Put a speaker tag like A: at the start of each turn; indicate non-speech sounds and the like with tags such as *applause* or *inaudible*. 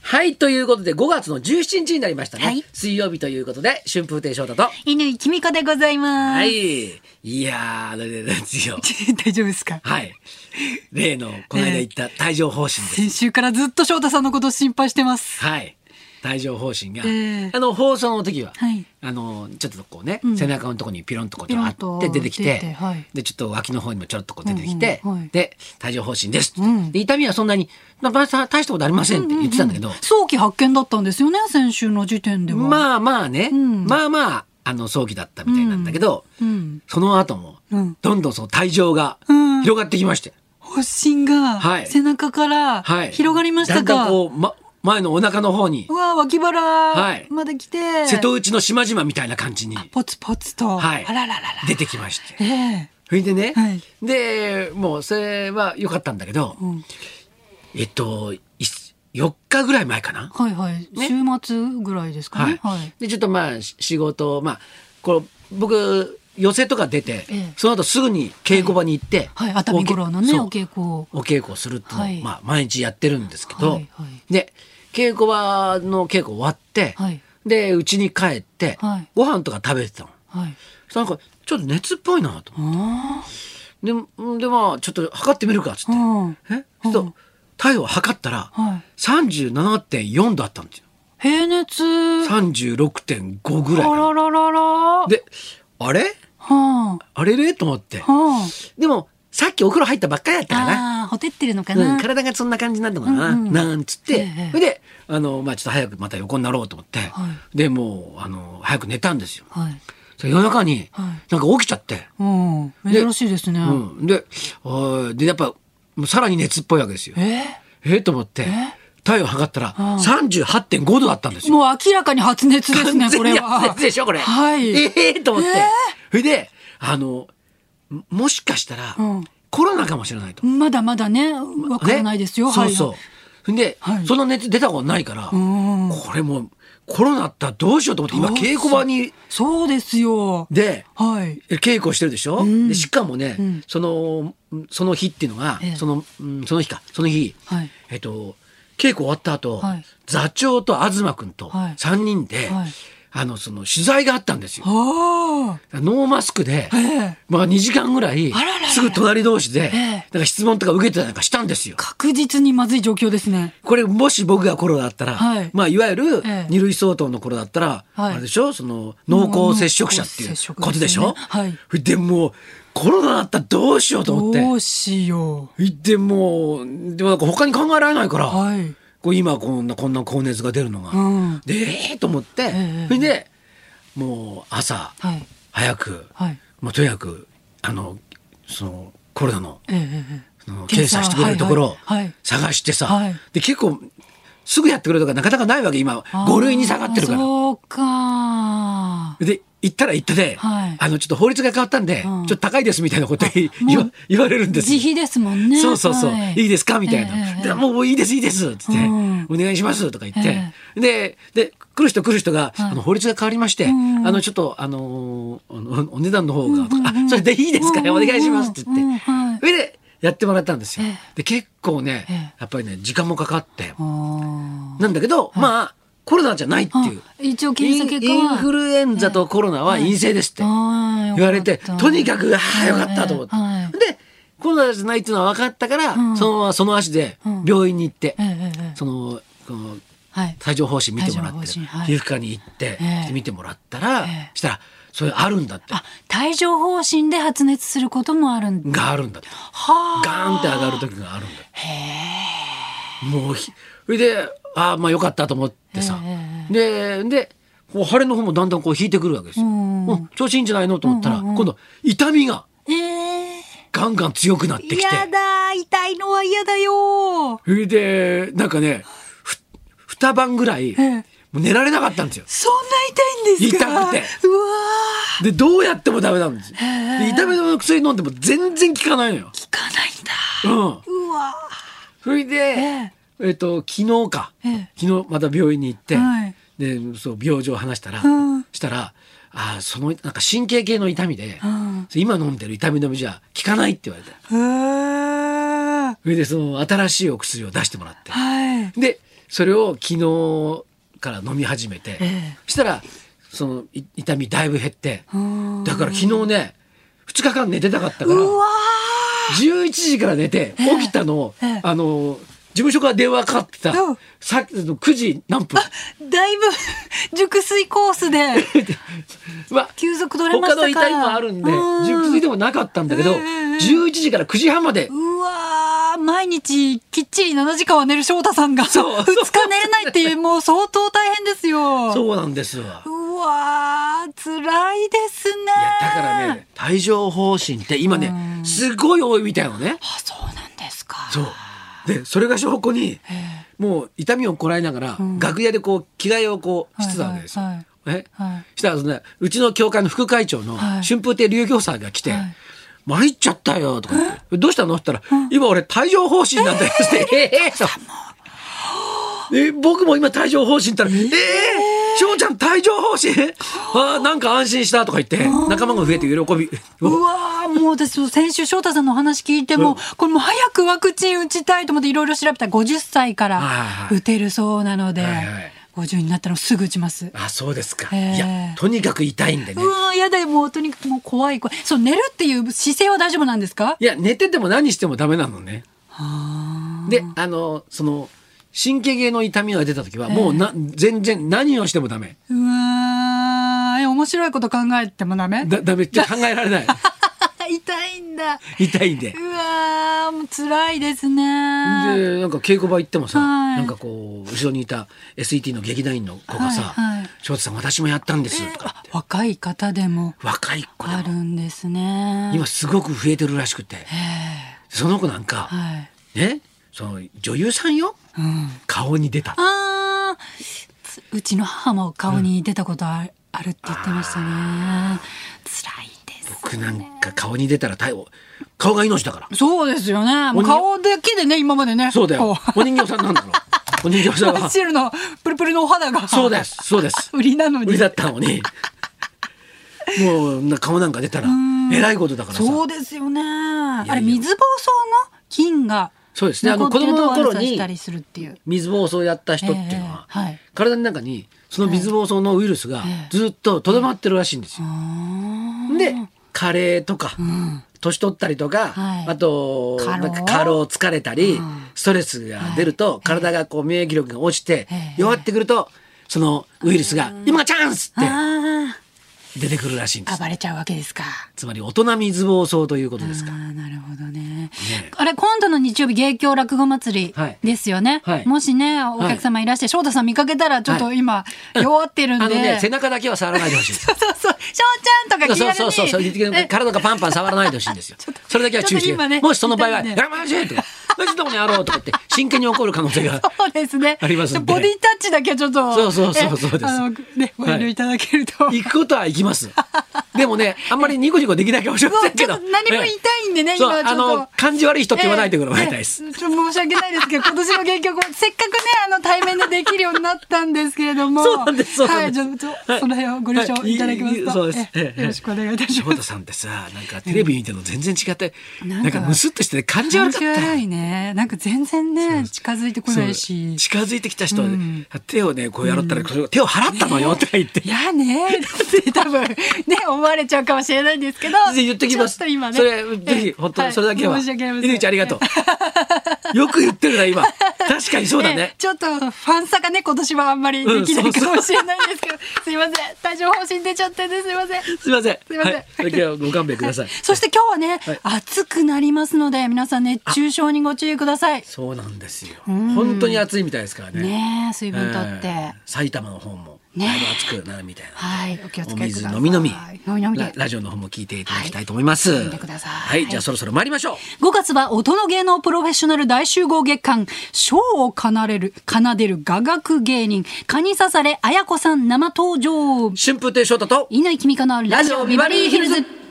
A: はい、ということで、5月の17日になりましたね。
B: はい
A: 水曜日ということで、春風亭昇太と。
B: 乾きみこでございます。
A: はい。いやー、あれですよ。
B: *laughs* 大丈夫ですか、
A: はい。例の、この間言った帯状疱疹です。
B: 先週からずっと翔太さんのことを心配してます。
A: はい。帯状疱疹が、
B: ええ
A: あの、放送の時は、
B: はい
A: あの、ちょっとこうね、
B: ん
A: 背中のとこにピロンとこう、ちょっ
B: ピロ
A: と
B: ン
A: あ
B: と
A: って出てき
B: 出
A: て、
B: てはい
A: で、ちょっと脇の方にもちょろっとこう出てきて、
B: うんうんはい
A: で、帯状疱疹です、
B: うん
A: で、痛みはそんなに、まあ、まあさ大したことありませんって言ってたんだけど、
B: 早期発見だったんですよね、先週の時点では。
A: まあまあね、
B: うん
A: まあまあ、あの、早期だったみたいなんだけど、
B: うん。
A: その後も、
B: うん
A: どんどんその体状が
B: うん
A: 広がってきまして、
B: 発疹が
A: はい
B: 背中から
A: はい。
B: 広がりました
A: だんだん
B: か。
A: こう、ま、前のお腹の方に
B: う、わ脇
A: は
B: 腹
A: い
B: まで来て、
A: 瀬戸内の島々みたいな感じに
B: ポツポツと、
A: はい
B: あらららら
A: 出てきまして。
B: ええ
A: それでね、
B: はい
A: で、もうそれは良かったんだけど、
B: ん
A: えっと、4日ぐらい前かな。
B: はいはい、週末ぐらいですか
A: はい
B: ね。。はい。
A: で、ちょっとまあ、し仕事を、まあ、こう、僕、寄席とか出て、
B: ええ
A: その後すぐに稽古場に行って、
B: はい、熱海五郎のね、
A: そう
B: お稽古を。
A: お稽古をするっていうのを、
B: はい
A: まあ、毎日やってるんですけど、
B: はいはい
A: で稽古場の稽古終わって、
B: はい
A: でうちに帰って、
B: はい
A: ご飯とか食べてたの
B: はい。
A: そしたらなんかちょっと熱っぽいなと思っ
B: あ
A: てでんでまあちょっと測ってみるかっつって、
B: あ。うん。
A: えちょっと体温測ったら、
B: はい。
A: 37.4度あったんですよ
B: 平熱。
A: 36.5ぐらい
B: あ
A: からな
B: ららら。
A: であれ
B: は
A: あれれと思って
B: あ、は
A: でもさっきお風呂入ったばっかりだったからな
B: あ。ああ、ほてってるのか
A: う、。
B: なん
A: 体がそんな感じになったのかな、
B: うんうん
A: なんつって、
B: ええ
A: それであの、まあ、ちょっと早くまた横になろうと思って、
B: は
A: でもうあの早く寝たんですよ
B: はい。
A: それ夜中に、
B: はい
A: なんか起きちゃって、
B: うん。
A: で
B: 珍しいですね。
A: うん、であーでやっぱもうさらに熱っぽいわけですよえ
B: え
A: えと思って体温測ったら
B: うん
A: 38.5度だったんですよ
B: もう明らかに発熱ですね、こ
A: 完全
B: れ
A: に
B: は
A: 熱。でしょこれ
B: はい
A: ええと思って、
B: ええ
A: それであのももしかしたら、
B: うん
A: コロナかもしれないと
B: まだまだね、わからないですよ。
A: ねそうそう
B: は。
A: ほんで、
B: はい
A: その熱出たことないから、
B: ん
A: これもうコロナだったらどうしようと思って、今稽古場に、
B: い。そうですよ。
A: で、
B: はい。
A: 稽古してるでしょ、
B: ん
A: でしかもね、
B: うん
A: その、その日っていうのが、
B: ええ
A: その、うんその日か、その日、
B: はい
A: えっと、稽古終わった後、
B: はい
A: 座長と東くんと
B: はい
A: 3人で、
B: はい
A: あの、その取材があったんですよ。
B: あ
A: ノーマスクで、
B: あ。ええ。
A: まあ2時間ぐらい
B: あららら、
A: すぐ隣同士で、
B: ええ
A: なんか質問とか受けてたりなんかしたんですよ。
B: 確実にまずい状況ですね。
A: これもし僕がコロナだったら、
B: はい
A: まあいわゆる
B: ええ
A: 二類相当の頃だったら、
B: はい
A: あれでしょその濃厚接触者っていう
B: 濃厚接触
A: ことでしょ
B: ですねはい
A: でもうコロナだったらどうしようと思って
B: どうしよ
A: でもうでもなんか他に考えられないから、
B: う。はい。
A: こう今こんなこんな高熱が出るのが、
B: うん
A: でええと思って、
B: ええ
A: それでもう朝
B: はい。
A: 早く、
B: はい。
A: もうとにかくあのそのコロナの
B: えええ
A: その
B: 検
A: 検
B: 査
A: 査してくれるところを
B: はいはい
A: 探してさ、
B: はい
A: で結構すぐやってくれるとかなかなかないわけ今
B: え。
A: 5類に下がってるか
B: あー
A: ら。
B: そうか。
A: で行ったら行ったで、
B: はい
A: あのちょっと法律が変わったんで、
B: ん
A: ちょっと高いですみたいなこと言い
B: あもう
A: 言わ言われるんです
B: 自
A: よ。
B: 費ですもんね。
A: そうそうそう、、
B: はい
A: いですかみたいな、
B: ええ
A: でもういいですいいですっつって、
B: うん
A: お願いしますとか言って、
B: え
A: でで来る人来る人が、
B: はい
A: あの法律が変わりまして、
B: ん
A: あのちょっとあのーおおお値段の方が、
B: うんうんうん
A: あ *laughs* それでいいですかね、
B: うんうんうん
A: お願いしますって言って、
B: うんはい
A: それでやってもらったんですよ、
B: ええ
A: で結構ね、
B: ええ
A: やっぱりね時間もかかって、
B: あ
A: なんだけど、まあコロナじゃないって
B: ー
A: いう
B: あ一応検査結果
A: インイ
B: は
A: ンフルエンザとコロナは陰性ですって、
B: 言
A: 言われてとにかくああよかったと思って、
B: はい
A: でコロナじゃないっていうのは分かったから、
B: うん
A: そのままその足で
B: うん
A: 病院に行って、
B: ええええええ
A: そのこの
B: はい
A: 帯状疱疹見てもらって
B: 帯状疱疹はい
A: 皮膚科に行って、
B: ええ
A: 見てもらったら、
B: ええ
A: したらそれあるんだって
B: あ帯状疱疹で発熱することもあるんだ
A: があるんだって
B: は
A: ガーンって上がる時があるんだってもうひそれでああまあよかったと思ってさ、
B: え
A: ででこう腫れの方もだんだんこう引いてくるわけですよ、
B: うん
A: お調子いいんじゃないのと思ったら、
B: うんうんうん
A: 今度痛みが
B: あえ
A: ガンガン強くなってき
B: ー
A: て
B: やだ痛いのは嫌だよ
A: それで、なんかね、ふ、二晩ぐらい、
B: え
A: もう寝られなかったんですよ。
B: そんな痛いんですか
A: 痛くて
B: うわ
A: で、どうやってもダメなんですよ。
B: へ
A: で痛め止めの薬飲んでも全然効かないのよ。
B: ー効かないんだ
A: うん。
B: うわ
A: それで、え
B: え
A: っ、と、昨日か、
B: ええ
A: 昨日また病院に行って、
B: はい
A: で、そう、病状を話したら、
B: うん
A: したら、ああ、その、なんか神経系の痛みで、
B: うん
A: 今飲んでる痛み止めじゃ効かないって言われて。
B: へー
A: それで、その、新しいお薬を出してもらって。
B: はい
A: で、それを昨日から飲み始めて、
B: え
A: そしたらそのい痛みだいぶ減って
B: うん
A: だから昨日ね2日間寝てなかったから
B: うわ
A: 11時から寝て
B: ええ
A: 起きたのを、
B: ええ
A: あの事務所から電話かかってた、
B: うん
A: さっきの9時何分
B: ーだいぶ *laughs* 熟睡コースで
A: *laughs* は
B: 休息取れまし
A: 他
B: たか
A: の痛いもあるんで
B: うん
A: 熟睡でもなかったんだけど、
B: うんうんうん
A: 11時から9時半まで
B: うわー毎日きっちり7時間は寝る翔太さんが
A: そう
B: 2日寝れないっていうもう相当大変ですよ
A: そうなんですわ。
B: うわー辛いですね
A: いやだからね帯状疱疹って今ね
B: うん
A: すごい多いみたいのね。
B: あそうなんですか
A: そうでそれが証拠に
B: え
A: もう痛みをこらえながら、
B: うん
A: 楽屋でこう着替えをこう
B: え
A: してたわけですよ。
B: はい
A: ね
B: はい
A: したらそのねうちの教会の副会長の
B: はい
A: 春風亭流行さんが来て
B: はい
A: 「参っちゃったよ」とか言って「どうしたの?」って言ったら「今俺帯状疱疹なんだよ」って「ええー!」と。え僕も今帯状疱疹ったら「ええー翔ちゃん帯状疱疹あーなんか安心した」とか言って仲間が増えて喜び
B: うわーもう私先週翔太さんのお話聞いて
A: う
B: も、
A: ん
B: これもう早くワクチン打ちたいと思っていろいろ調べたら50歳か
A: はいはい
B: ら
A: はい
B: 打てるそうなので、
A: はいはい
B: 50になったらすぐ打ちます。
A: あそうですか、
B: えー
A: いやとにかく痛いんでね
B: うわーやだよもうとにかくもう怖い怖いそう寝るっていう姿勢は大丈夫なんですか
A: いや寝てても何してもダメなのね
B: あ
A: であのその神経系の痛みが出た時はもうな、全然何をしてもダメ
B: ーうわーえ面白いこと考えてもダメ
A: だダメって考えられない
B: *laughs* 痛いんだ
A: 痛いんで
B: うわーもう辛いですね
A: でなんか稽古場行ってもさ、
B: はい
A: なんかこう後ろにいた SET の劇団員の子がさ
B: はいはい
A: 「翔、太、さん私もやったんです」とか
B: あ若い方でも
A: 若い子で
B: ある
A: も
B: んですね
A: 今すごく増えてるらしくて
B: え
A: その子なんか、
B: えはい
A: ねその女優さんよ
B: うん
A: 顔に出た
B: あーつうちの母も顔に出たことある,、あるって言ってましたね辛いです
A: 僕なんか顔に出たら対応顔が命だから
B: そうですよねも
A: お
B: う
A: に
B: 顔だけでね今までね
A: そうだよ
B: こ
A: お人形さん
B: *laughs*
A: なんだろうお人形さん
B: 真
A: は
B: っ白のプルプルのお肌が
A: そうですそうです
B: 売りなの
A: 売り
B: に
A: だったのにもうな顔なんか出たら
B: ん
A: えらいことだからさ
B: そうですよね
A: いや
B: あれ水疱瘡の菌が
A: そうですねあ
B: 残
A: の
B: って
A: 子供
B: ると
A: の
B: 悪
A: 頃
B: さし
A: に
B: たりするっていう
A: 水疱瘡をやった人っていうのは、
B: ええはい
A: 体の中にその水疱瘡のウイルスが
B: ええ
A: ずっととどまってるらしいんですよ。
B: あー
A: で加齢とか、
B: うん
A: 年取ったりとか、
B: はい
A: あと
B: 過
A: な
B: 労
A: んか過労疲れたり、
B: うん
A: ストレスが出ると、体がこう免疫力が落ちて、
B: ええ
A: 弱ってくるとそのウイルスが「今がチャンス!」っ
B: あ
A: て出てくるらしいんで
B: ー
A: す。
B: 暴れちゃうわけですか
A: つまり大人水疱瘡ということですか。
B: あーなるほどね
A: ね
B: あれ今度の日曜日芸協落語祭り
A: はい
B: ですよね、
A: はい
B: もしねお客様いらして、翔太さん見かけたらちょっと
A: は
B: 今、弱ってるんで、
A: あのね背中だけは触らないでほしいです。
B: そうそうそう翔ちゃんとか気軽
A: そう
B: に
A: そうそうそう言ってくれる
B: え
A: 体がパンパン触らないでほしいんですよそれだけは注意し
B: ちょっと今
A: て
B: ね
A: もしその場合は「
B: 痛いんで
A: やばいじとか「何しどこにやろう」とかって真剣に怒る可能性 *laughs* が
B: そうですね
A: ありますんで
B: ボディタッチだけはちょっと
A: そうそうそうそうです
B: えあのねご遠慮いただけると、
A: 行くことは行きますでもねあんまりニコニコできないかもしれませんけど
B: そうちょっと何も言いたいんでね
A: ええ
B: 今
A: そう
B: ちょ
A: あ
B: っと
A: の感じ悪い人って言わないでくれたいです
B: ええええちょっと申し訳ないですけど、今年の原曲もせっかくね、あの対面でできるようになったんですけれども。
A: そうなんですそう
B: は、
A: ないん
B: ち
A: です
B: ょっと、
A: はい
B: その辺をご了承いただきますと。
A: はいそうです
B: ええ
A: ええ
B: よろしくお願いいたし
A: 翔
B: ます。
A: 太さんってさなんかテレビ見てるの全然違って
B: なん
A: なん
B: か
A: かムスっとしてて感じ
B: 気持
A: 悪かっ
B: ち
A: た
B: 悪いね。なんか全然ね、近づいてこない
A: そう
B: し。
A: 近づいてきた人はね手をねこうやろったらこれ手を払ったのよとか言って
B: いやね、って多分ね、思われちゃうかもしれないんですけど。
A: 全然言ってきます。
B: ちょっと今ね。
A: それ、ぜ
B: え
A: ひ
B: え、
A: 本当にそれだけは。
B: い申し訳ありません
A: 犬ちゃんありがとう。よく言ってるな、今。確かにそうだ
B: ええ
A: ね。
B: ちょっとファン差がね今年はあんまりできないかもしれないんですけど、すいません体調方針出ちゃってねすいません
A: すいません。
B: すいません
A: はい。それではご勘弁ください。
B: そして今日はね、
A: はい
B: 暑くなりますので皆さん熱中症にご注意ください
A: そうなんですよ。本当に暑いみたいですからね。
B: ねえ水分とって、
A: えー埼玉の方も。
B: ね
A: だいぶ暑くなるみたいな。
B: はいお気をつけ
A: お
B: くだ
A: 水
B: さい
A: 飲み飲み
B: 飲み飲み
A: ラ
B: で
A: ラジオの方も聞いていただきたいと思います、
B: は
A: はいい、
B: 飲んでください
A: じゃあそろそろ参りましょう
B: 5月は音の芸能プロフェッショナル大集合月間、ショーを奏でる、奏でる雅楽芸人、蚊に刺され、あやこさん生登場。
A: 春風亭昇太と
B: 犬井君香のラジオビバリーヒルズ。